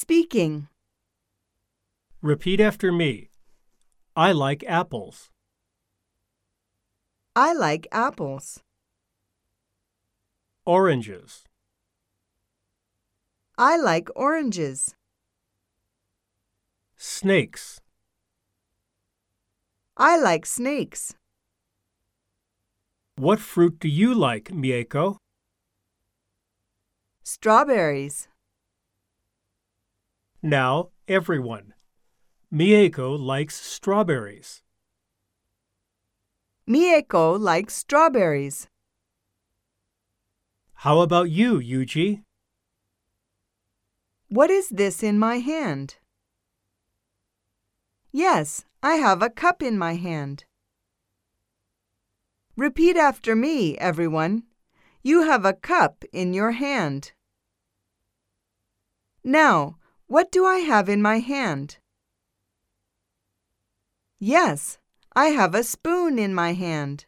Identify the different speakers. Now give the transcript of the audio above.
Speaker 1: Speaking.
Speaker 2: Repeat after me. I like apples.
Speaker 1: I like apples.
Speaker 2: Oranges.
Speaker 1: I like oranges.
Speaker 2: Snakes.
Speaker 1: I like snakes.
Speaker 2: What fruit do you like, Mieko?
Speaker 1: Strawberries.
Speaker 2: Now, everyone. Mieko likes strawberries.
Speaker 1: Mieko likes strawberries.
Speaker 2: How about you, Yuji?
Speaker 1: What is this in my hand? Yes, I have a cup in my hand. Repeat after me, everyone. You have a cup in your hand. Now, what do I have in my hand? Yes, I have a spoon in my hand.